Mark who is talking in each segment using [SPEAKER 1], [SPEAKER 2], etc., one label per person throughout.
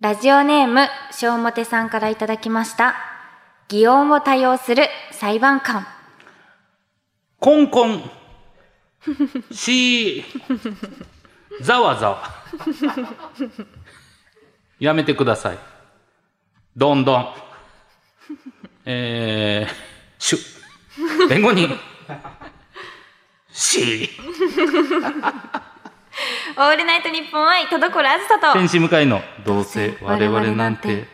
[SPEAKER 1] ラジオネーム、小表さんからいただきました。擬音を多用する裁判官。
[SPEAKER 2] コンコンしざわざわやめてくださいどんどんえー、しゅ弁護人し
[SPEAKER 1] オールナイトニッポン愛、田所あずさと。
[SPEAKER 2] 天使向かいのどうせ我々なんて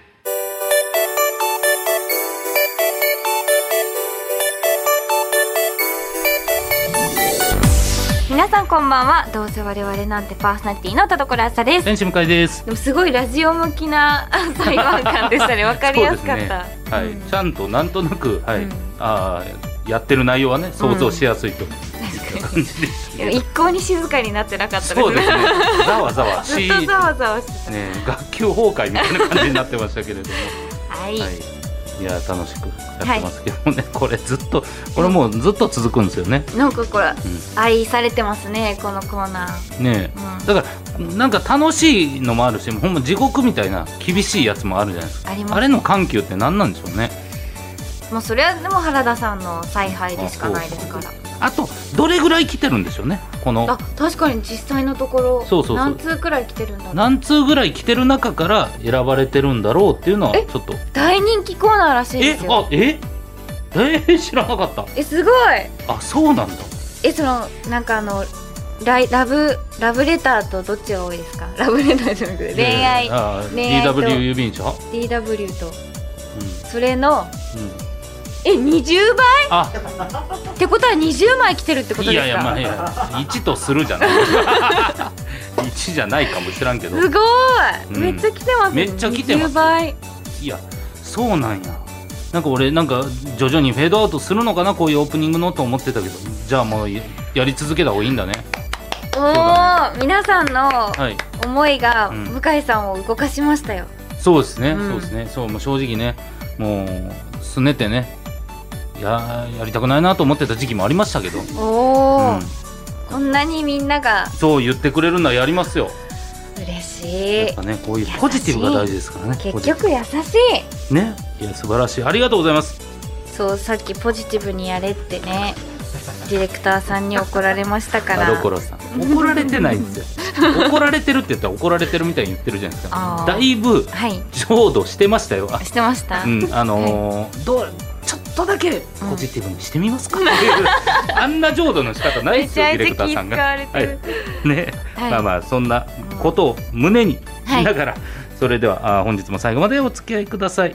[SPEAKER 1] 皆さんこんばんは。どうせ我々なんてパーソナリティの田所あずさです。
[SPEAKER 2] 天使向かいです
[SPEAKER 1] でもすごいラジオ向きな あ裁判官でしたね。わかりやすかった。
[SPEAKER 2] そうですねはい
[SPEAKER 1] うん
[SPEAKER 2] ちゃんとなんとなく、はい
[SPEAKER 1] うん
[SPEAKER 2] あーやってる内容はね想像しやすいという
[SPEAKER 1] 確か
[SPEAKER 2] 感じです、
[SPEAKER 1] にでも一向に静かになってなかったです
[SPEAKER 2] そうですね。ざわざ わ
[SPEAKER 1] ず
[SPEAKER 2] し
[SPEAKER 1] っとざわざわしてた。
[SPEAKER 2] ね学級崩壊みたいな感じになってましたけれども、
[SPEAKER 1] はい。
[SPEAKER 2] はい、いや楽しくやってますけどね、これずっとこれもうずっと続くんですよね。
[SPEAKER 1] なんかこれ、愛されてますね、このコーナー。
[SPEAKER 2] ね
[SPEAKER 1] うん
[SPEAKER 2] だからなんか楽しいのもあるし、ほんま地獄みたいな厳しいやつもあるじゃないですか。
[SPEAKER 1] あります
[SPEAKER 2] あれの緩急って何なんでしょうね。
[SPEAKER 1] もうそれはでも原田さんの采配でしかないですから
[SPEAKER 2] あとどれぐらい来てるんでしょうね。この
[SPEAKER 1] あ確かに実際のところ
[SPEAKER 2] そうそうそう
[SPEAKER 1] 何通くらい来てるんだろう
[SPEAKER 2] 何通ぐらい来てる中から選ばれてるんだろうっていうのは
[SPEAKER 1] え
[SPEAKER 2] ちょっと
[SPEAKER 1] 大人気コーナーらしい
[SPEAKER 2] え
[SPEAKER 1] ですよ
[SPEAKER 2] あええー知らなかった
[SPEAKER 1] えすごい
[SPEAKER 2] あそうなんだ
[SPEAKER 1] えそのなんかあのライラブラブレターとどっちが多いですか ラブレターじゃなくて恋愛
[SPEAKER 2] えーあー
[SPEAKER 1] 恋愛と
[SPEAKER 2] DW 郵便所
[SPEAKER 1] DW と
[SPEAKER 2] うん
[SPEAKER 1] それの
[SPEAKER 2] うん
[SPEAKER 1] え20倍
[SPEAKER 2] あ、
[SPEAKER 1] ってことは20枚来てるってこと
[SPEAKER 2] い
[SPEAKER 1] です
[SPEAKER 2] や
[SPEAKER 1] か
[SPEAKER 2] いや、まあ、いや、1とするじゃない。1じゃないかもしらんけど。
[SPEAKER 1] すごい、
[SPEAKER 2] うん
[SPEAKER 1] めっちゃ来てますね
[SPEAKER 2] めっちゃ来てま
[SPEAKER 1] 20
[SPEAKER 2] す
[SPEAKER 1] 倍
[SPEAKER 2] いや、そうなんや。なんか俺、なんか徐々にフェードアウトするのかな、こういうオープニングのと思ってたけど、じゃあもうややり続けた方がいいんだね。
[SPEAKER 1] お
[SPEAKER 2] うだ
[SPEAKER 1] お、皆さんの
[SPEAKER 2] はい。
[SPEAKER 1] 思いが
[SPEAKER 2] うん
[SPEAKER 1] 向井さんを動かしましたよ、
[SPEAKER 2] そうですね、
[SPEAKER 1] うん
[SPEAKER 2] そうですね。そう、もう正直ね、もう、すねてね、や、やりたくないなと思ってた時期もありましたけど、
[SPEAKER 1] おお、
[SPEAKER 2] うん
[SPEAKER 1] こんなにみんなが
[SPEAKER 2] そう言ってくれるならやりますよ。
[SPEAKER 1] 嬉
[SPEAKER 2] や
[SPEAKER 1] し
[SPEAKER 2] っ
[SPEAKER 1] い
[SPEAKER 2] ぱね、こういうポジティブが大事ですからね。
[SPEAKER 1] 結
[SPEAKER 2] ポジティ
[SPEAKER 1] 局優しい
[SPEAKER 2] ブね。いや、素晴らしい。ありがとうございます。
[SPEAKER 1] そうさっきポジティブにやれって ねディレクターさんに怒られましたか
[SPEAKER 2] 田
[SPEAKER 1] ら
[SPEAKER 2] 所さん怒られてないんです よ怒られてるって言ったら怒られてるみたいに言ってるじゃないです
[SPEAKER 1] あ
[SPEAKER 2] か
[SPEAKER 1] ー
[SPEAKER 2] だいぶ
[SPEAKER 1] はい
[SPEAKER 2] 浄土してましたよあ
[SPEAKER 1] してました、
[SPEAKER 2] うんあのーどうちょっとだけポジティブにしてみますかっていう、 あんな浄土の仕方ない
[SPEAKER 1] め
[SPEAKER 2] です
[SPEAKER 1] ち
[SPEAKER 2] よ
[SPEAKER 1] ゃ
[SPEAKER 2] ディレ
[SPEAKER 1] めち
[SPEAKER 2] クタ
[SPEAKER 1] ゃ
[SPEAKER 2] ー
[SPEAKER 1] 気
[SPEAKER 2] さ
[SPEAKER 1] 使
[SPEAKER 2] んが、
[SPEAKER 1] われてる、
[SPEAKER 2] ね、
[SPEAKER 1] はい
[SPEAKER 2] まあまあそんなことを胸に
[SPEAKER 1] はい
[SPEAKER 2] しながら、それではあー本日も最後までお付き合いください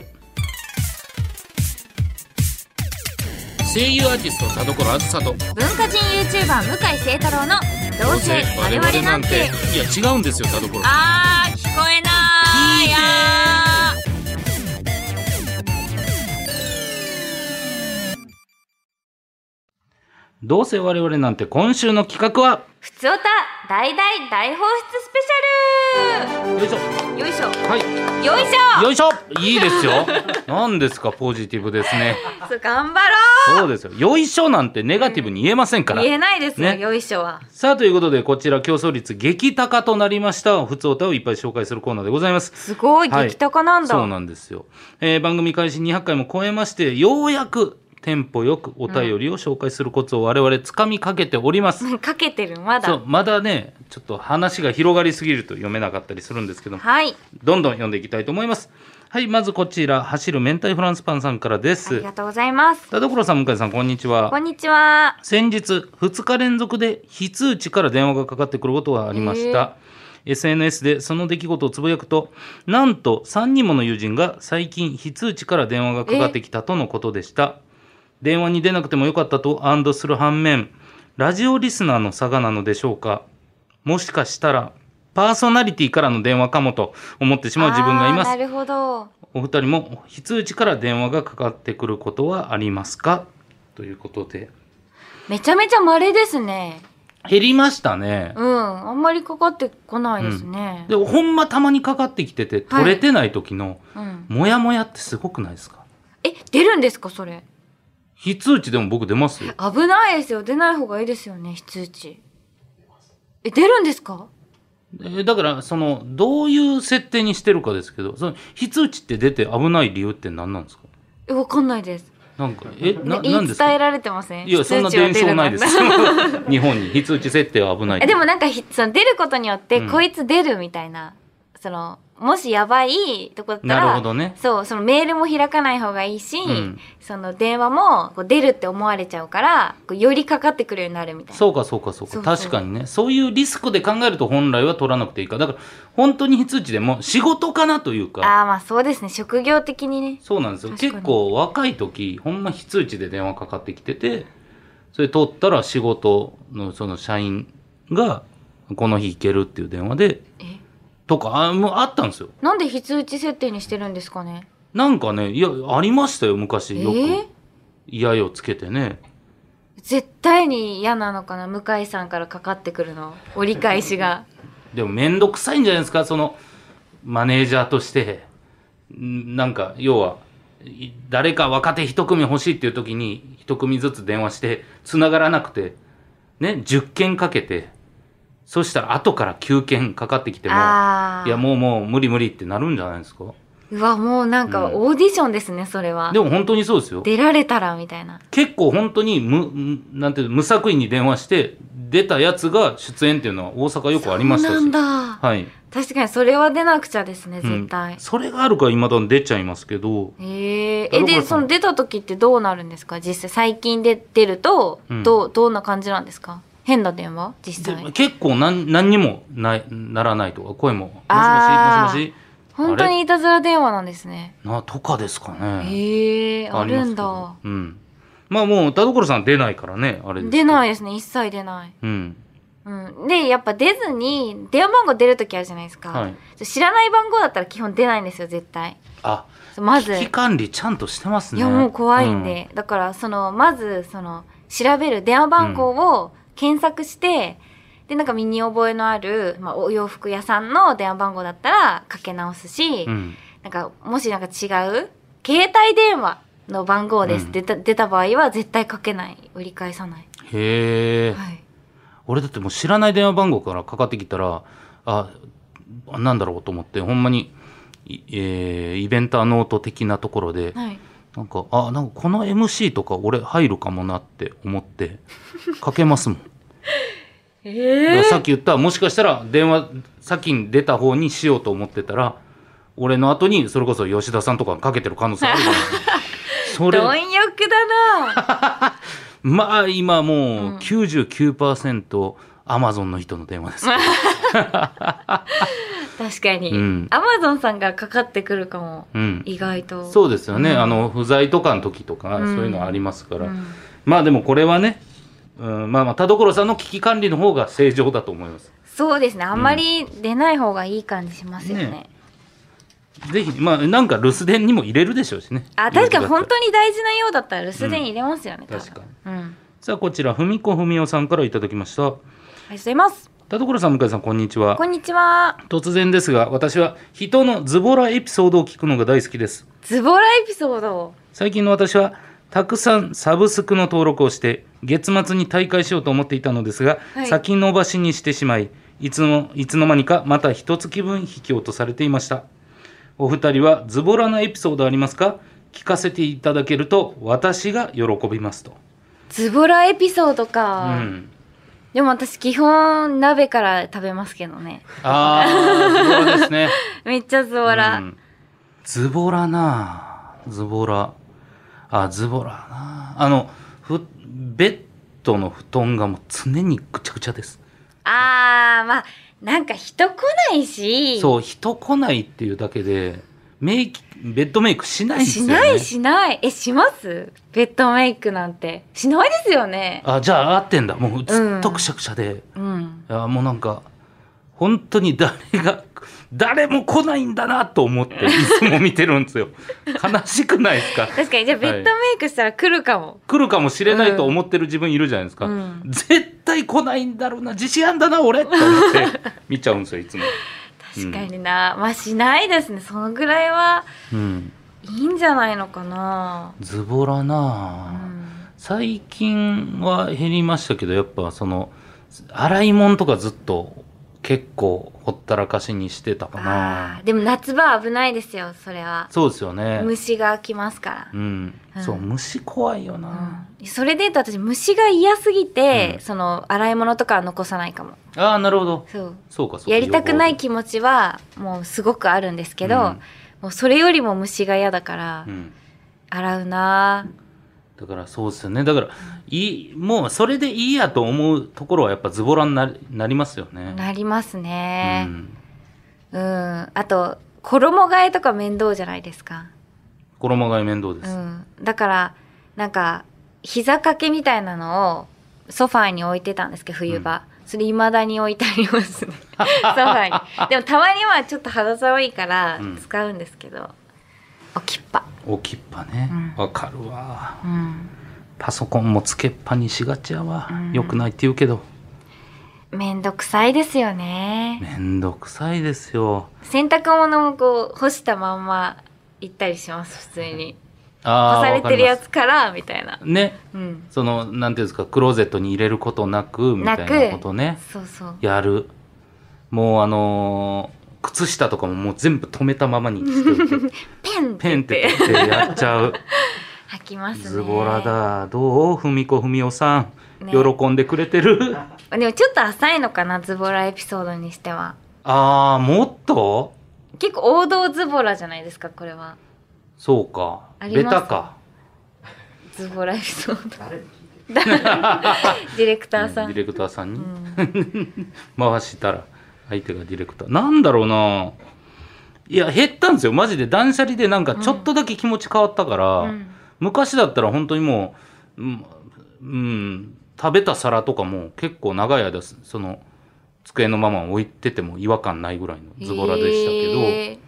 [SPEAKER 2] 声優アーティスト田所あずさと
[SPEAKER 1] 文化人 YouTuber 向井聖太郎の「どうせ我々なんて
[SPEAKER 2] いや違うんですよ田所」
[SPEAKER 1] あー聞こえなーいあー
[SPEAKER 2] どうせ我々なんて今週の企画は
[SPEAKER 1] ふつおた大大大放出スペシ
[SPEAKER 2] よいしょ
[SPEAKER 1] ャルよいしょ
[SPEAKER 2] はい
[SPEAKER 1] よいしょ
[SPEAKER 2] よいしょいいですよ何ですかポジティブですね
[SPEAKER 1] そう頑張ろ
[SPEAKER 2] そうですよよいしょなんてネガティブに言えませんか
[SPEAKER 1] う
[SPEAKER 2] ら
[SPEAKER 1] 言えないですよ、
[SPEAKER 2] ね
[SPEAKER 1] よいしょは
[SPEAKER 2] さあということでこちら競争率激高となりました普通歌をいっぱい紹介するコーナーでございます
[SPEAKER 1] すごい
[SPEAKER 2] はい
[SPEAKER 1] 激高なんだ、
[SPEAKER 2] そうなんですよ、えー番組開始200回も超えましてようやくテンポよくお便りを紹介するコツを我々掴みかけております、
[SPEAKER 1] かけてるま
[SPEAKER 2] そ
[SPEAKER 1] だ
[SPEAKER 2] うまだねちょっと話が広がりすぎると読めなかったりするんですけども
[SPEAKER 1] はい
[SPEAKER 2] どんどん読んでいきたいと思います。はい、まずこちら、走る明太フランスパンさんからで
[SPEAKER 1] あり
[SPEAKER 2] す
[SPEAKER 1] が。とうございます
[SPEAKER 2] 田所さん、向井さん、こんにち
[SPEAKER 1] こ
[SPEAKER 2] は。
[SPEAKER 1] んにちは
[SPEAKER 2] 先日、2日連続で非通知から電話がかかってくることがありました。SNS でその出来事をつぶやくと、なんと3人もの友人が最近非通知から電話がかかってきたとのことでした。電話に出なくてもよかったと安堵する反面、ラジオリスナーの差がなのでしょうか。もしかしたら、パーソナリティからの電話かもと思ってしまう自分がいます
[SPEAKER 1] あー。なるほど
[SPEAKER 2] お二人も非通知から電話がかかってくることはありますかということで
[SPEAKER 1] めちゃめちゃ稀ですね
[SPEAKER 2] 減りましたね、
[SPEAKER 1] うんあんまりかかってこないですね、
[SPEAKER 2] でほんまたまにかかってきてて
[SPEAKER 1] はい
[SPEAKER 2] 取れてない時の
[SPEAKER 1] うん
[SPEAKER 2] モヤモヤってすごくないですか
[SPEAKER 1] え出るんですかそれ
[SPEAKER 2] 非通知でも僕出ますよ
[SPEAKER 1] 危ないですよ出ない方がいいですよね非通知え出るんですか
[SPEAKER 2] えーだからそのどういう設定にしてるかですけどその非通知って出て危ない理由って何なんですか
[SPEAKER 1] えわかんないです。
[SPEAKER 2] なんかえな
[SPEAKER 1] ね言
[SPEAKER 2] なん
[SPEAKER 1] い
[SPEAKER 2] です
[SPEAKER 1] 伝え
[SPEAKER 2] から
[SPEAKER 1] れてません。
[SPEAKER 2] いやそんな
[SPEAKER 1] 非通知は
[SPEAKER 2] 伝
[SPEAKER 1] 出
[SPEAKER 2] 承
[SPEAKER 1] る
[SPEAKER 2] ないです 日本に非通知設定は危ない
[SPEAKER 1] えでもなんかひその出ることによって、
[SPEAKER 2] うん
[SPEAKER 1] こいつ出るみたいなそのもしやばいとこだった
[SPEAKER 2] なるほ
[SPEAKER 1] ら
[SPEAKER 2] どね
[SPEAKER 1] そうそのメールも開かない方がいいし、
[SPEAKER 2] うん
[SPEAKER 1] その電話もこう出るって思われちゃうからこうよりかかってくるようになるみたいな
[SPEAKER 2] そうかそうかそうか
[SPEAKER 1] そうそう
[SPEAKER 2] 確かにねそういうリスクで考えると本来は取らなくていいからだから本当に非通知でも仕事かなというか
[SPEAKER 1] ああまあそうですね職業的にね
[SPEAKER 2] そうなんですよ
[SPEAKER 1] 確かに
[SPEAKER 2] 結構若い時ほんま非通知で電話かかってきててそれ取ったら仕事のその社員が「この日行ける」っていう電話で
[SPEAKER 1] え
[SPEAKER 2] とかあもうあったんですよ
[SPEAKER 1] なんで非通知設定にしてるんですかね
[SPEAKER 2] なんかねいやありましたよ昔よ
[SPEAKER 1] え
[SPEAKER 2] く
[SPEAKER 1] ー
[SPEAKER 2] 嫌いをつけてね
[SPEAKER 1] 絶対に嫌なのかな向井さんからかかってくるの折り返し が
[SPEAKER 2] でも面倒くさいんじゃないですかそのマネージャーとしてんなんか要はい誰か若手一組欲しいっていう時に一組ずつ電話して繋がらなくてね10件かけてそしたら後から9件かかってきても
[SPEAKER 1] ああ
[SPEAKER 2] いやもうもう無理無理ってなるんじゃないですか
[SPEAKER 1] うわもうなんか
[SPEAKER 2] うん
[SPEAKER 1] オーディションですね、それは
[SPEAKER 2] でも本当にそうですよ
[SPEAKER 1] 出られたらみたいな
[SPEAKER 2] 結構本当に無んなんていうの無作為に電話して出たやつが出演っていうのは大阪よくありましたし
[SPEAKER 1] そうなんだ
[SPEAKER 2] はい
[SPEAKER 1] 確かにそれは出なくちゃですね絶
[SPEAKER 2] う
[SPEAKER 1] 対
[SPEAKER 2] ん、、それがあるから今だに出ちゃいますけど
[SPEAKER 1] えー
[SPEAKER 2] 田
[SPEAKER 1] え
[SPEAKER 2] 所さん
[SPEAKER 1] でその出た時ってどうなるんですか実際最近で出ると
[SPEAKER 2] うん
[SPEAKER 1] どう、どんな感じなんですか変な電話実
[SPEAKER 2] で
[SPEAKER 1] 際
[SPEAKER 2] 結構なん何にもないならないとか声も「もしもしも
[SPEAKER 1] あー
[SPEAKER 2] しもし
[SPEAKER 1] 本当にいたずら電話なんですね
[SPEAKER 2] な」とかですかね。
[SPEAKER 1] へえー、あ
[SPEAKER 2] りま
[SPEAKER 1] る
[SPEAKER 2] す
[SPEAKER 1] ん
[SPEAKER 2] けど
[SPEAKER 1] だ
[SPEAKER 2] うん、まあもう田所さん出ないからねあれですけ
[SPEAKER 1] 出
[SPEAKER 2] ど
[SPEAKER 1] ないですね一切出ない、
[SPEAKER 2] うん
[SPEAKER 1] うん、でやっぱ出ずに電話番号出る時あるじゃないですか、
[SPEAKER 2] はい、
[SPEAKER 1] 知らない番号だったら基本出ないんですよ絶対
[SPEAKER 2] あ
[SPEAKER 1] そうまず
[SPEAKER 2] 危機管理ちゃんとしてます
[SPEAKER 1] い
[SPEAKER 2] ね。
[SPEAKER 1] やもう怖いんで、だからそのまずその調べる電話番号を検索して、でなんか身に覚えのある、まあ、お洋服屋さんの電話番号だったらかけ直すし、
[SPEAKER 2] うん、うん
[SPEAKER 1] なんかもしなんか違う携帯電話の番号です、
[SPEAKER 2] うん
[SPEAKER 1] 出た出た場合は絶対かけない折り返さない、
[SPEAKER 2] へえ、
[SPEAKER 1] はい、
[SPEAKER 2] 俺だってもう知らない電話番号からかかってきたらあなんだろうと思ってほんまに、いえーイベンターノート的なところで、
[SPEAKER 1] はい、
[SPEAKER 2] なんか、あ、なんかこの MC とか俺入るかもなって思って、かけますもん。
[SPEAKER 1] え
[SPEAKER 2] だから
[SPEAKER 1] ー、
[SPEAKER 2] さっき言った、もしかしたら電話先に出た方にしようと思ってたら、俺の後にそれこそ吉田さんとかかけてる可能性あるから、それ、
[SPEAKER 1] 貪欲だ な
[SPEAKER 2] まあ今もううん99%アマゾンの人の電話です。
[SPEAKER 1] 確かに、
[SPEAKER 2] うん
[SPEAKER 1] アマゾンさんがかかってくるかも
[SPEAKER 2] うん。
[SPEAKER 1] 意外と
[SPEAKER 2] そうですよね。
[SPEAKER 1] うん
[SPEAKER 2] あの、不在とかの時とか、そううんいうのありますから。
[SPEAKER 1] うん
[SPEAKER 2] まあでもこれはね、うん、まあまあ田所さんの危機管理の方が正常だと思います。
[SPEAKER 1] そうですねあんまり出ない方がいい感じしますよね,、
[SPEAKER 2] ねぜひ、まあ、なんか留守電にも入れるでしょうしね。
[SPEAKER 1] あ確かに
[SPEAKER 2] 入れ
[SPEAKER 1] 本
[SPEAKER 2] るだったら
[SPEAKER 1] 当に大事なようだったら留守電入れますよね、多分
[SPEAKER 2] 確かに
[SPEAKER 1] うんあり
[SPEAKER 2] さあ、こちら、ふみこふみおさんからいただきました。
[SPEAKER 1] がとうございます
[SPEAKER 2] 田所さん、向井さん、こんにちは
[SPEAKER 1] こ。んにちは
[SPEAKER 2] 突然ですが、私は人のズボラエピソードを聞くのが大好きです。
[SPEAKER 1] ズボラエピソード
[SPEAKER 2] 最近の私は、たくさんサブスクの登録をして、月末に大会しようと思っていたのですが、
[SPEAKER 1] はい
[SPEAKER 2] 先延ばしにしてしまい、いつの、いつの間にかまた一月分引き落とされていました。お二人はズボラなエピソードありますか聞かせていただけると私が喜びますと。
[SPEAKER 1] ズボラエピソード
[SPEAKER 2] う
[SPEAKER 1] か、
[SPEAKER 2] ん、
[SPEAKER 1] でも私基本鍋から食べますけどね
[SPEAKER 2] ああ、ズボラですね。
[SPEAKER 1] めっちゃズボラ、
[SPEAKER 2] うんズボラなあズボラ。あ、ズボラなああの、ふ、ベッドの布団がもう常にぐちゃぐちゃです。
[SPEAKER 1] あーまあなんか人来ないし
[SPEAKER 2] そう、人来ないっていうだけで、メイキ、ベッドメイクしないんですよ
[SPEAKER 1] し
[SPEAKER 2] ね。
[SPEAKER 1] ないしないえしますベッドメイクなんてしないですよね
[SPEAKER 2] あ、じゃあ合ってんだ。もうずっとくしゃくしゃで。
[SPEAKER 1] うん
[SPEAKER 2] あもうなんか、本当に誰が、誰も来ないんだなと思って、いつも見てるんですよ。悲しくないですか
[SPEAKER 1] 確かにじゃあベッドメイクしたら来るかも、
[SPEAKER 2] 来るかもしれないと思ってる自分いるじゃないですか、
[SPEAKER 1] うん
[SPEAKER 2] 絶対来ないんだろうな自信あんだな俺って思って 見ちゃうんですよいつも、
[SPEAKER 1] 確かにな、まあしないですねそのぐらいは
[SPEAKER 2] うん、
[SPEAKER 1] いいんじゃないのかな、
[SPEAKER 2] ズボラ
[SPEAKER 1] う
[SPEAKER 2] なあ、
[SPEAKER 1] ん、
[SPEAKER 2] 最近は減りましたけどやっぱその洗い物とかずっと結構ほったらかしにしてたか
[SPEAKER 1] あ
[SPEAKER 2] な
[SPEAKER 1] ーでも夏場は危ないですよそれは
[SPEAKER 2] そうですよね
[SPEAKER 1] 虫が来ますから
[SPEAKER 2] う、ん、
[SPEAKER 1] うん
[SPEAKER 2] そう虫怖いよ
[SPEAKER 1] う
[SPEAKER 2] な、
[SPEAKER 1] んそれで言うと私虫が嫌すぎて、
[SPEAKER 2] うん
[SPEAKER 1] その洗い物とかは残さないかも
[SPEAKER 2] ああなるほど
[SPEAKER 1] そう
[SPEAKER 2] そうかそうか
[SPEAKER 1] やりたくない
[SPEAKER 2] け
[SPEAKER 1] 気持ちはもうすごくあるんですけど、
[SPEAKER 2] うん
[SPEAKER 1] もうそれよりも虫が嫌だから、
[SPEAKER 2] うん、
[SPEAKER 1] 洗うな
[SPEAKER 2] だからそうですよねだからいいもうそれでいいやと思うところはやっぱズボラになりなりますよね
[SPEAKER 1] あなりますね
[SPEAKER 2] う、
[SPEAKER 1] う
[SPEAKER 2] ん、
[SPEAKER 1] ん、あと衣替えとか面倒じゃないですか、
[SPEAKER 2] 衣替え面倒で
[SPEAKER 1] う
[SPEAKER 2] す、
[SPEAKER 1] ん、だからなんか膝掛けみたいなのをソファーに置いてたんですけど冬場、それ未だに置いてあります ねソファーにでもたまにはちょっと肌寒いから
[SPEAKER 2] うん
[SPEAKER 1] 使うんですけど、置きっぱ、
[SPEAKER 2] 置きっぱね
[SPEAKER 1] うん
[SPEAKER 2] わ、かるわ
[SPEAKER 1] うん、
[SPEAKER 2] パソコンもつけっぱにしがちやわ、
[SPEAKER 1] うん
[SPEAKER 2] よくないって言うけど
[SPEAKER 1] めんどくさいですよね
[SPEAKER 2] めんどくさいですよ
[SPEAKER 1] 洗濯物もこう干したまんま行ったりします普通に
[SPEAKER 2] あ
[SPEAKER 1] 干
[SPEAKER 2] あ
[SPEAKER 1] されてるやつからみたいな
[SPEAKER 2] ね
[SPEAKER 1] うん
[SPEAKER 2] そのなんていうんですかクローゼットに入れることなくみたいなことね
[SPEAKER 1] そうそう
[SPEAKER 2] やるもうあのー靴下とかももう全部止めたままにしてお いて
[SPEAKER 1] ペンって
[SPEAKER 2] ペ
[SPEAKER 1] 言っ
[SPEAKER 2] ンっ
[SPEAKER 1] て
[SPEAKER 2] て 取ってやっちゃう
[SPEAKER 1] 吐きますね
[SPEAKER 2] ズボラだどう文子文雄さん
[SPEAKER 1] ね
[SPEAKER 2] 喜んでくれ てる
[SPEAKER 1] でもちょっと浅いのかなズボラエピソードにしては
[SPEAKER 2] あーもっと
[SPEAKER 1] 結構王道ズボラじゃないですかこれは
[SPEAKER 2] そうか
[SPEAKER 1] あ
[SPEAKER 2] ベ
[SPEAKER 1] ります
[SPEAKER 2] タか
[SPEAKER 1] ズボラエピソード誰ディレクターさ
[SPEAKER 2] うん
[SPEAKER 1] ん
[SPEAKER 2] ディレクターさんに、
[SPEAKER 1] うん
[SPEAKER 2] 回したら相手がディレクターなんだろうないや減ったんですよマジで断捨離でなんかちょっとだけ気持ち変わったから、
[SPEAKER 1] うん
[SPEAKER 2] 昔だったら本当にもう、うんうん、食べた皿とかも結構長い間その机のまま置いてても違和感ないぐらいのズボラでしたけど、
[SPEAKER 1] へー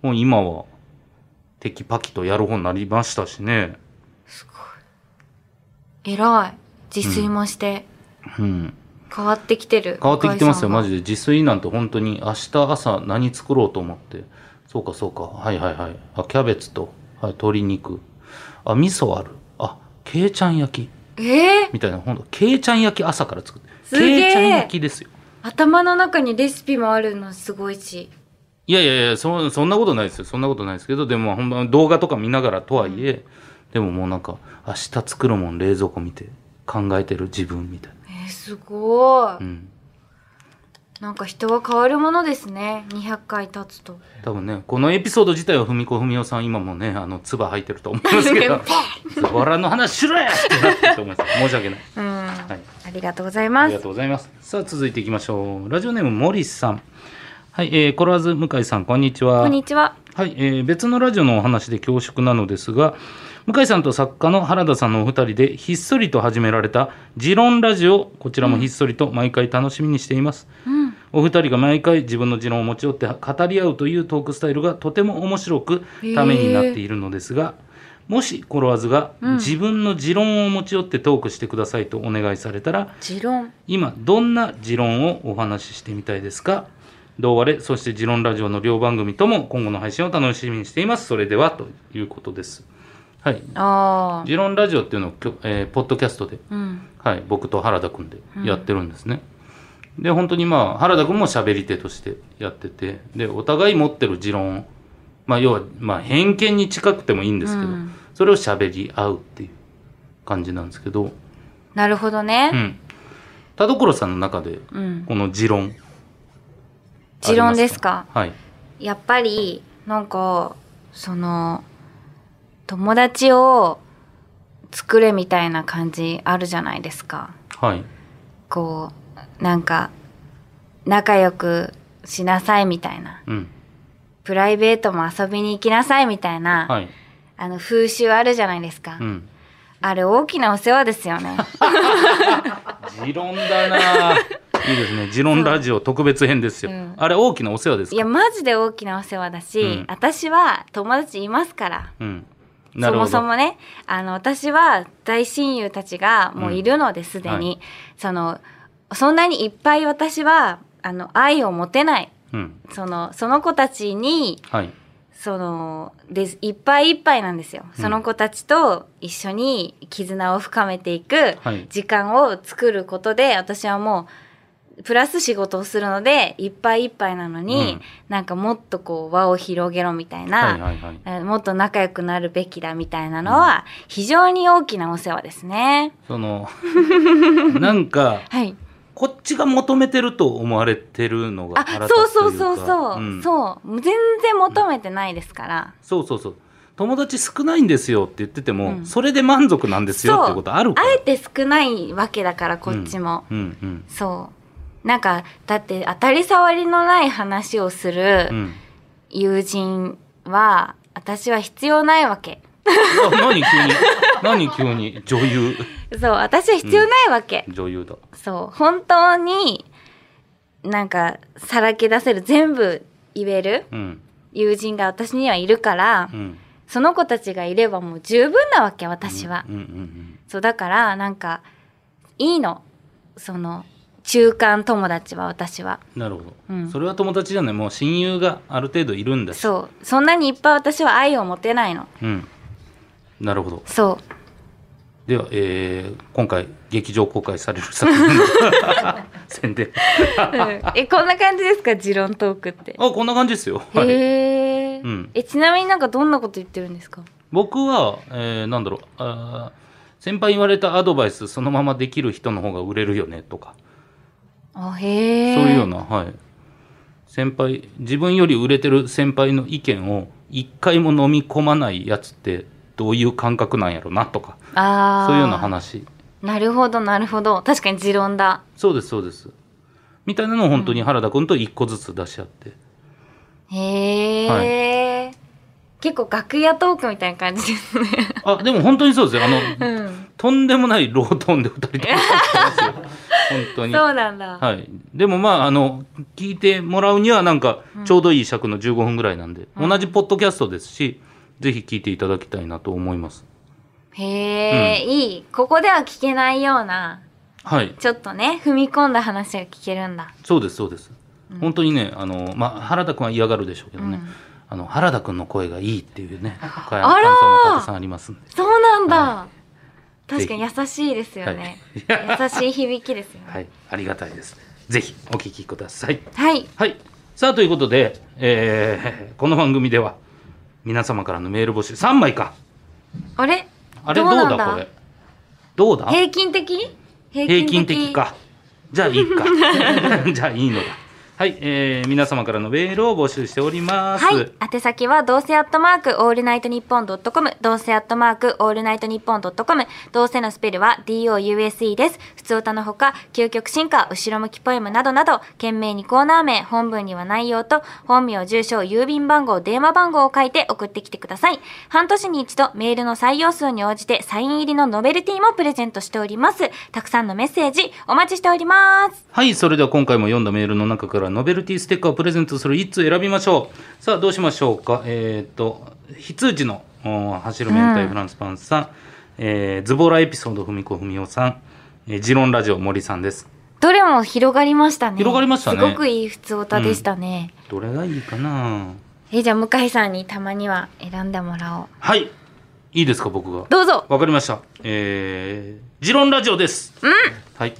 [SPEAKER 2] もう今はテキパキとやる方になりましたしね、
[SPEAKER 1] すごい偉い自炊もして、
[SPEAKER 2] うん、
[SPEAKER 1] 変わってきてる
[SPEAKER 2] 変わってきてますよマ
[SPEAKER 1] ジ
[SPEAKER 2] ジで自炊なんて本当に明日朝何作ろうと思ってそうかそうかはいはいはいあキャベツと、はい、鶏肉あ味噌あるあけいちゃん焼き
[SPEAKER 1] えー、
[SPEAKER 2] みたいな本当けいちゃん焼き朝から作って
[SPEAKER 1] すげえ
[SPEAKER 2] けいちゃん焼きですよ
[SPEAKER 1] 頭の中にレシピもあるのすごいし
[SPEAKER 2] いやいやいやそそんなことないですよそんなことないですけどでもほんま動画とか見ながらとはいえ、でももうなんか明日作るもん冷蔵庫見て考えてる自分みたいな、
[SPEAKER 1] えー、すごい、
[SPEAKER 2] うん、
[SPEAKER 1] なんか人は変わるものですね200回経つと
[SPEAKER 2] 多分ねこのエピソード自体は文子文雄さん今もねあの唾吐いてると思いますけ ど
[SPEAKER 1] ペ
[SPEAKER 2] ズボラの話しろやってなってると思 います申し訳ない
[SPEAKER 1] うん、
[SPEAKER 2] い
[SPEAKER 1] ありがとうござい
[SPEAKER 2] あ
[SPEAKER 1] ま
[SPEAKER 2] りが
[SPEAKER 1] す
[SPEAKER 2] とうございますさあ続いていきましょうラジオネームモリスさんはい、えー、コロワーズ向井さんこんにちは
[SPEAKER 1] こんにちは
[SPEAKER 2] はい、えー別のラジオのお話で恐縮なのですが向井さんと作家の原田さんのお二人でひっそりと始められた「持論ラジオ」こちらもひっそりと毎回楽しみにしています、
[SPEAKER 1] うん
[SPEAKER 2] お二人が毎回自分の持論を持ち寄って語り合うというトークスタイルがとても面白く
[SPEAKER 1] へえ
[SPEAKER 2] ためになっているのですが、もしコロワーズが
[SPEAKER 1] うん
[SPEAKER 2] 自分の持論を持ち寄ってトークしてくださいとお願いされたら、
[SPEAKER 1] 持論
[SPEAKER 2] 今どんな持論をお話ししてみたいですかどうあれそして持論ラジオの両番組とも今後の配信を楽しみにしていますそれではということですはい
[SPEAKER 1] ああ
[SPEAKER 2] 持論ラジオっていうのをきょ、えーポッドキャストで、
[SPEAKER 1] うん
[SPEAKER 2] はい、僕と原田君でやってるんですね、で本当にまあ原田君も喋り手としてやっててでお互い持ってる持論まあ要は、まあ、偏見に近くてもいいんですけど、
[SPEAKER 1] うん
[SPEAKER 2] それを喋り合うっていう感じなんですけど、
[SPEAKER 1] なるほど
[SPEAKER 2] う
[SPEAKER 1] ね
[SPEAKER 2] ん、田所さんの中で
[SPEAKER 1] うん、
[SPEAKER 2] この持論
[SPEAKER 1] 持論ですか
[SPEAKER 2] はい。
[SPEAKER 1] やっぱりなんかその友達を作れみたいな感じあるじゃないですか
[SPEAKER 2] はい。
[SPEAKER 1] こうなんか仲良くしなさいみたいな
[SPEAKER 2] うん。
[SPEAKER 1] プライベートも遊びに行きなさいみたいな、
[SPEAKER 2] はい。
[SPEAKER 1] あの風習あるじゃないですか、
[SPEAKER 2] うん。
[SPEAKER 1] あれ大きなお世話ですよね
[SPEAKER 2] 持論だな。 いいですね。持論ラジオ特別編ですよ。
[SPEAKER 1] うん
[SPEAKER 2] あれ大きなお世話です
[SPEAKER 1] い
[SPEAKER 2] か。
[SPEAKER 1] やマジで大きなお世話だし、
[SPEAKER 2] うん
[SPEAKER 1] 私は友達いますから
[SPEAKER 2] うん。な
[SPEAKER 1] そ
[SPEAKER 2] るほ
[SPEAKER 1] も
[SPEAKER 2] ど。
[SPEAKER 1] そもねあの私は大親友たちがもういるのですでに、
[SPEAKER 2] うんは
[SPEAKER 1] そのそんなにいっぱい私はあの愛を持てない
[SPEAKER 2] うん。
[SPEAKER 1] そのその子たちに
[SPEAKER 2] はい。
[SPEAKER 1] そのですいっぱいいっぱいなんですよ、その子たちと一緒に絆を深めていく
[SPEAKER 2] はい
[SPEAKER 1] 時間を作ることで私はもうプラス仕事をするので、いっぱいいっぱいなのに、
[SPEAKER 2] うん
[SPEAKER 1] なんかもっとこう輪を広げろみたいな、
[SPEAKER 2] はいはいはい。
[SPEAKER 1] えーもっと仲良くなるべきだみたいなのは、非常に大きなお世話ですね。
[SPEAKER 2] その なんか
[SPEAKER 1] はい。
[SPEAKER 2] こっちが求めてると思われてるのが
[SPEAKER 1] あ
[SPEAKER 2] 腹、立
[SPEAKER 1] そう
[SPEAKER 2] つ
[SPEAKER 1] そ
[SPEAKER 2] といううか
[SPEAKER 1] そうそう。
[SPEAKER 2] ん
[SPEAKER 1] そう。全然求めてないですから。
[SPEAKER 2] そうそうそう友達少ないんですよって言ってて
[SPEAKER 1] う
[SPEAKER 2] も、
[SPEAKER 1] ん
[SPEAKER 2] それで満足なんですよ
[SPEAKER 1] そう
[SPEAKER 2] ってことあるか
[SPEAKER 1] あ
[SPEAKER 2] ら
[SPEAKER 1] えて少ないわけだから、こっちも。
[SPEAKER 2] うんうん
[SPEAKER 1] そう。なんか、だって当たり障りのない話をす
[SPEAKER 2] う
[SPEAKER 1] る
[SPEAKER 2] ん、
[SPEAKER 1] 友人は、私は必要ないわけ。
[SPEAKER 2] あ何急に 何急に女優
[SPEAKER 1] そう、私は必要ないわけ。
[SPEAKER 2] 女優だ
[SPEAKER 1] そう、本当に、なんか、さらけ出せる、全部言える
[SPEAKER 2] うん
[SPEAKER 1] 友人が私にはいるから、
[SPEAKER 2] うん
[SPEAKER 1] その子たちがいればもう十分なわけ、私は。
[SPEAKER 2] うんうん
[SPEAKER 1] そう、だから、なんか、いいの。その、中間友達は私は。
[SPEAKER 2] うんなるほど、
[SPEAKER 1] うん
[SPEAKER 2] それは友達じゃないもう親友がある程度いるんだし
[SPEAKER 1] そう、そんなにいっぱい私は愛を持てないの。
[SPEAKER 2] うんなるほど
[SPEAKER 1] そう。
[SPEAKER 2] では、えー今回劇場公開される作品の 宣伝
[SPEAKER 1] うんえこんな感じですか持論トークって。
[SPEAKER 2] あこんな感じですよ、はい
[SPEAKER 1] へえ、
[SPEAKER 2] うん
[SPEAKER 1] えちなみになんかどんなこと言ってるんですか。
[SPEAKER 2] 僕は、えーなんだろうあー先輩に言われたアドバイスそのままできる人の方が売れるよねとか、
[SPEAKER 1] あへえ。
[SPEAKER 2] そういうようなはい先輩自分より売れてる先輩の意見を一回も飲み込まないやつってどういう感覚なんやろなとか
[SPEAKER 1] あー
[SPEAKER 2] そういうような話
[SPEAKER 1] なるほどなるほど確かに持論だ。
[SPEAKER 2] そうですそうですみたいなのを本当に原田君と一個ずつ出し 合って、
[SPEAKER 1] へえ、結構楽屋トークみたいな感じですね。
[SPEAKER 2] あでも本当にそうですよあの、
[SPEAKER 1] うん。
[SPEAKER 2] とんでもないロートーンで2人ともやっ てますよ本当に
[SPEAKER 1] そうなんだ。
[SPEAKER 2] はい、でもまああの聞いてもらうにはなんかちょうどいい尺の15分ぐらいなんで、
[SPEAKER 1] うん
[SPEAKER 2] 同じポッドキャストですしぜひ聞いていただきたいなと思います
[SPEAKER 1] へえ、いいここでは聞けないような
[SPEAKER 2] はい
[SPEAKER 1] ちょっとね踏み込んだ話が聞けるんだ。
[SPEAKER 2] そうですそうです、本当にねあの、まあ、原田君は嫌がるでしょうけどね、
[SPEAKER 1] うん
[SPEAKER 2] あの原田君の声がいいっていうねか感
[SPEAKER 1] あらー
[SPEAKER 2] 想もたくさんありますんで
[SPEAKER 1] そうなんだ。
[SPEAKER 2] は
[SPEAKER 1] 確かに優しいですよね。優しい 響きですよね。
[SPEAKER 2] はいありがたいですぜひお聞きください
[SPEAKER 1] はい。
[SPEAKER 2] はい。さあ、ということで、えー この番組では、皆様からのメール募集、3枚か。
[SPEAKER 1] あれ
[SPEAKER 2] あれ、ど
[SPEAKER 1] ど
[SPEAKER 2] う
[SPEAKER 1] うなん
[SPEAKER 2] だ、
[SPEAKER 1] だ
[SPEAKER 2] これ。どうだ
[SPEAKER 1] 平均的平
[SPEAKER 2] 平均的。か。じゃあ、いい か。 じゃあ、いいのだ。はい、えー皆様からのメールを募集しております。
[SPEAKER 1] はい。宛先は、どうせアットマーク、オールナイトニッポンドットコム。どうせアットマーク、オールナイトニッポンドットコム。どうせのスペルは、DOUSE です。普通歌のほか、究極進化、後ろ向きポエムなどなど、懸命にコーナー名、本文には内容と、本名、住所、郵便番号、電話番号を書いて送ってきてください。半年に一度、メールの採用数に応じて、サイン入りのノベルティもプレゼントしております。たくさんのメッセージ、お待ちしております。
[SPEAKER 2] はい、それでは今回も読んだメールの中からノベルティステッカーをプレゼントする1通選びましょう。さあ、どうしましょうか。えっ、と、非通知のお走る明太フランスパンさん、えーズボラエピソードふみこふみおさん、えー、ジロンラジオ森さんです。
[SPEAKER 1] どれも広がりましたね。
[SPEAKER 2] 広がりましたね
[SPEAKER 1] すごくいい普通歌でしたね。
[SPEAKER 2] どれがいいかな
[SPEAKER 1] え、じゃあ向井さんにたまには選んでもらおう。
[SPEAKER 2] はい、いいですか、僕が。
[SPEAKER 1] どうぞ
[SPEAKER 2] わかりました。えー、ジロンラジオです。
[SPEAKER 1] うん
[SPEAKER 2] はい。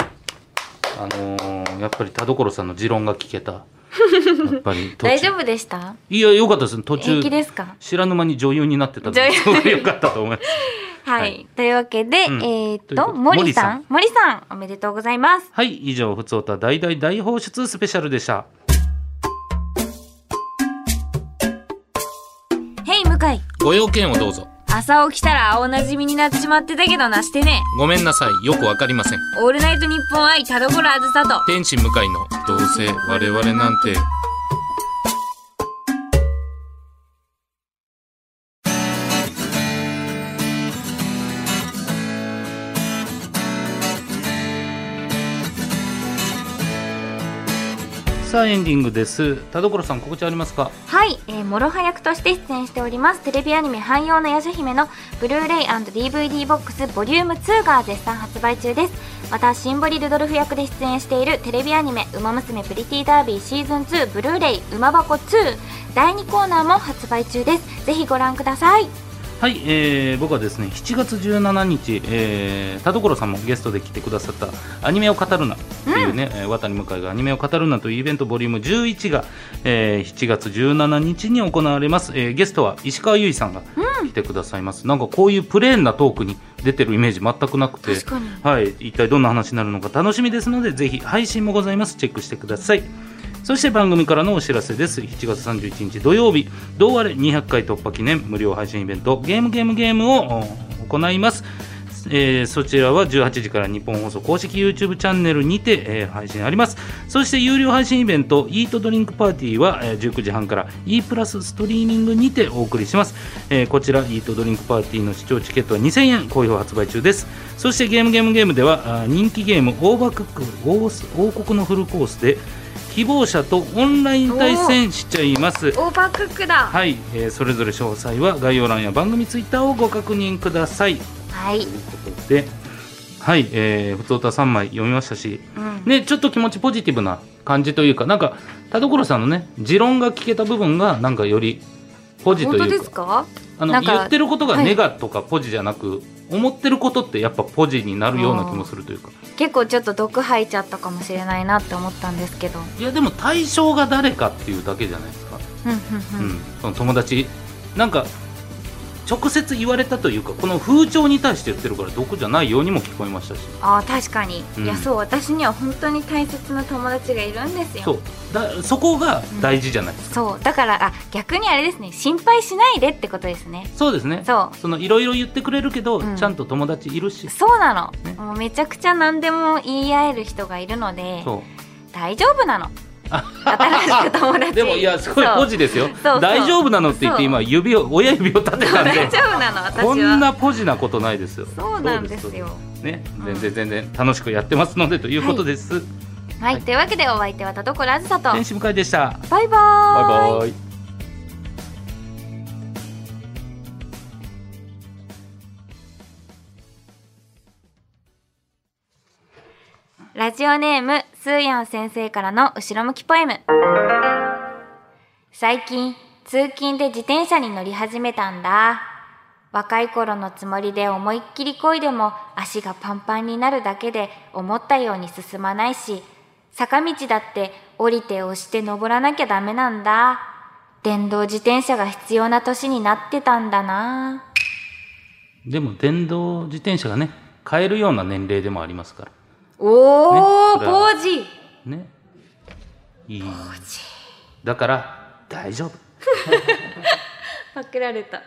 [SPEAKER 2] あのーやっぱり田所さんの持論が聞 けた。やっぱり途中
[SPEAKER 1] 大丈夫でした
[SPEAKER 2] いや、よかったです。途中。
[SPEAKER 1] 平気ですか
[SPEAKER 2] 知らぬ間に女優になってたので、
[SPEAKER 1] 女優
[SPEAKER 2] すごい良かったと思います。
[SPEAKER 1] はい、
[SPEAKER 2] はい
[SPEAKER 1] というわけで、
[SPEAKER 2] うん
[SPEAKER 1] えーっ
[SPEAKER 2] ということ
[SPEAKER 1] と
[SPEAKER 2] で
[SPEAKER 1] 森さん森さんおめでとうございます
[SPEAKER 2] はい、以上、ふつおた大大大放出スペシャルでした。
[SPEAKER 1] へい向井
[SPEAKER 2] ご用件をどうぞ。
[SPEAKER 1] 朝起きたら青なじみになってしまってたけどなしてね
[SPEAKER 2] ごめんなさい。よくわかりません。
[SPEAKER 1] オールナイトニッポン愛田所あずさと
[SPEAKER 2] 天使向かいの、どうせ我々なんて。さあエンディングです田所さん告知ありますか
[SPEAKER 1] はい、えー、諸刃役として出演しておりますテレビアニメ「汎用の夜叉姫」のブルーレイ &DVD ボックスボリューム2が絶賛発売中ですまたシンボリ・ルドルフ役で出演しているテレビアニメ「ウマ娘プリティダービーシーズン2ブルーレイウマ箱2」第2コーナーも発売中ですぜひご覧ください
[SPEAKER 2] はい、えー僕はですね7月17日、えー田所さんもゲストで来てくださった「アニメを語るな」っていうね、えー渡向井が「アニメを語るな」というイベントボリューム11が、えー7月17日に行われます、えーゲストは石川由依さんが来てくださいます、なんかこういうプレーンなトークに出てるイメージ全くなくて
[SPEAKER 1] 確かに
[SPEAKER 2] はい、一体どんな話になるのか楽しみですのでぜひ配信もございますチェックしてくださいそして番組からのお知らせです7月31日土曜日同あれ200回突破記念無料配信イベントゲームゲームゲームをお行いますえーそちらは18時から日本放送公式 YouTube チャンネルにて、えー配信ありますそして有料配信イベント「イートドリンクパーティーは」えー19時半から E プラスストリーミングにてお送りします、えーこちら「イートドリンクパーティー」の視聴チケットは2000円好評発売中ですそしてゲームゲームゲームではあー人気ゲーム「オーバークック王す王国のフルコース」で希望者とオンライン対戦しちゃいます
[SPEAKER 1] オーバークックだ
[SPEAKER 2] はい、えーそれぞれ詳細は概要欄や番組ツイッターをご確認ください
[SPEAKER 1] はい、
[SPEAKER 2] ということで、はい、えー、ふつおた3枚読みましたし、
[SPEAKER 1] うん
[SPEAKER 2] ね、ちょっと気持ちポジティブな感じというか、なんか、田所さんのね、持論が聞けた部分が、なんかより、ポジと
[SPEAKER 1] 本当
[SPEAKER 2] い
[SPEAKER 1] で
[SPEAKER 2] う
[SPEAKER 1] す
[SPEAKER 2] か、
[SPEAKER 1] か
[SPEAKER 2] あの
[SPEAKER 1] なんか
[SPEAKER 2] 言ってることが
[SPEAKER 1] はい
[SPEAKER 2] ネガとかポジじゃなく、思ってることってやっぱポジになるような気もするというか、
[SPEAKER 1] 結構ちょっと毒吐いちゃったかもしれないなって思ったんですけど
[SPEAKER 2] いや、でも対象が誰かっていうだけじゃないですか、
[SPEAKER 1] うん
[SPEAKER 2] う、
[SPEAKER 1] うんんうん
[SPEAKER 2] その友達、なんか、直接言われたというか、この風潮に対して言ってるから、毒じゃないようにも聞こえましたし。
[SPEAKER 1] あー確かに、
[SPEAKER 2] うん
[SPEAKER 1] いやそう私には本当に大切な友達がいるんですよ
[SPEAKER 2] そうだそこが大事じゃないですか、
[SPEAKER 1] そうだからあ逆にあれですね心配しないでってことですね
[SPEAKER 2] そうですね
[SPEAKER 1] そ
[SPEAKER 2] のいろいろ言ってくれるけど、
[SPEAKER 1] うん
[SPEAKER 2] ちゃんと友達いるし
[SPEAKER 1] うそうなの、
[SPEAKER 2] ね
[SPEAKER 1] もうめちゃくちゃ何でも言い合える人がいるので
[SPEAKER 2] そ
[SPEAKER 1] 大丈夫なの新しく友
[SPEAKER 2] う
[SPEAKER 1] 達
[SPEAKER 2] でもいやすごい
[SPEAKER 1] そう
[SPEAKER 2] ポジですよ
[SPEAKER 1] そう
[SPEAKER 2] 大丈夫なのって言っ
[SPEAKER 1] そ
[SPEAKER 2] て
[SPEAKER 1] う
[SPEAKER 2] 今指を親指を立てた
[SPEAKER 1] 大
[SPEAKER 2] んで
[SPEAKER 1] 丈夫なの私は
[SPEAKER 2] こんなポジなことないですよ
[SPEAKER 1] そうなんですよ
[SPEAKER 2] そうですね
[SPEAKER 1] うん
[SPEAKER 2] 全然全然楽しくやってますのでということです、
[SPEAKER 1] はい、
[SPEAKER 2] はい
[SPEAKER 1] というわけでお相手は田所あずさと
[SPEAKER 2] 天使向井でした
[SPEAKER 1] バイバ
[SPEAKER 2] バイ
[SPEAKER 1] ーイ
[SPEAKER 2] バイ
[SPEAKER 1] ラジオネーム、スーヤン先生からの後ろ向きポエム。最近、通勤で自転車に乗り始めたんだ。若い頃のつもりで思いっきり漕いでも足がパンパンになるだけで思ったように進まないし、坂道だって降りて押して登らなきゃダメなんだ。電動自転車が必要な年になってたんだな。
[SPEAKER 2] でも電動自転車がね買えるような年齢でもありますから
[SPEAKER 1] おー、
[SPEAKER 2] ね
[SPEAKER 1] ポージ
[SPEAKER 2] ねいいだから大丈夫
[SPEAKER 1] パクられた。